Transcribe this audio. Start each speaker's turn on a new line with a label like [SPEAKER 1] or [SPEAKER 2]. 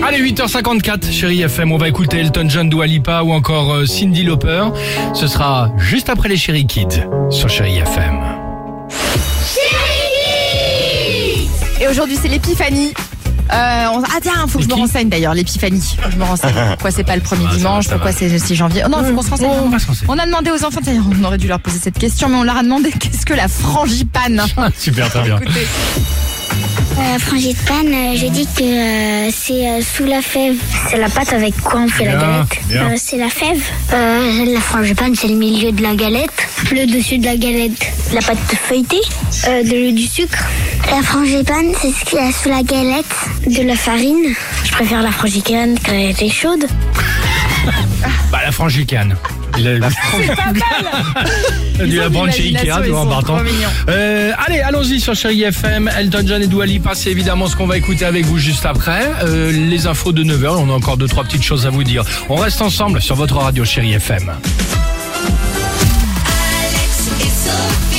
[SPEAKER 1] 8h54, chérie FM, on va écouter Elton John, Dua Lipa ou encore euh, Cindy Lauper. Ce sera juste après les Chéri Kids sur Chérie FM.
[SPEAKER 2] Et aujourd'hui, c'est l'épiphanie. Euh, on- Ah tiens, faut que je me
[SPEAKER 1] Qui
[SPEAKER 2] renseigne d'ailleurs, l'épiphanie. Faut que Je me renseigne. Pourquoi Ah. c'est pas le premier
[SPEAKER 1] Ça va, ça
[SPEAKER 2] dimanche
[SPEAKER 1] va, ça
[SPEAKER 2] Pourquoi
[SPEAKER 1] va.
[SPEAKER 2] c'est le 6 janvier Oh Non, faut qu'on se renseigne.
[SPEAKER 1] on va se renseigner.
[SPEAKER 2] On a demandé aux enfants, d'ailleurs, on aurait dû leur poser cette question, mais on leur a demandé qu'est-ce que la frangipane
[SPEAKER 1] Super, très bien.
[SPEAKER 2] Écoutez.
[SPEAKER 3] Euh, frangipane, euh, je dis que euh, c'est euh, sous la fève. C'est la pâte avec quoi on fait
[SPEAKER 1] la Bien, galette bien.
[SPEAKER 3] C'est la fève. Euh, la frangipane, c'est le milieu de la galette. Le dessus de la galette. La pâte feuilletée. Euh, du sucre. La frangipane, c'est ce qu'il y a sous la galette. De la farine. Je préfère la frangipane quand elle est chaude.
[SPEAKER 1] Bah, la frangicane. Il a- Il a dû
[SPEAKER 2] Ils ont
[SPEAKER 1] la prendre chez Ikea,
[SPEAKER 2] l'imagination,
[SPEAKER 1] tu vois, en
[SPEAKER 2] ils sont
[SPEAKER 1] partant.
[SPEAKER 2] trop mignons.
[SPEAKER 1] Euh, allez, allons-y sur Chérie FM. Elton John et Dua Lipa, c'est évidemment ce qu'on va écouter avec vous juste après. Euh, les infos de 9h, on a encore deux, trois petites choses à vous dire. On reste ensemble sur votre radio Chérie FM.
[SPEAKER 4] Alex et Sophie.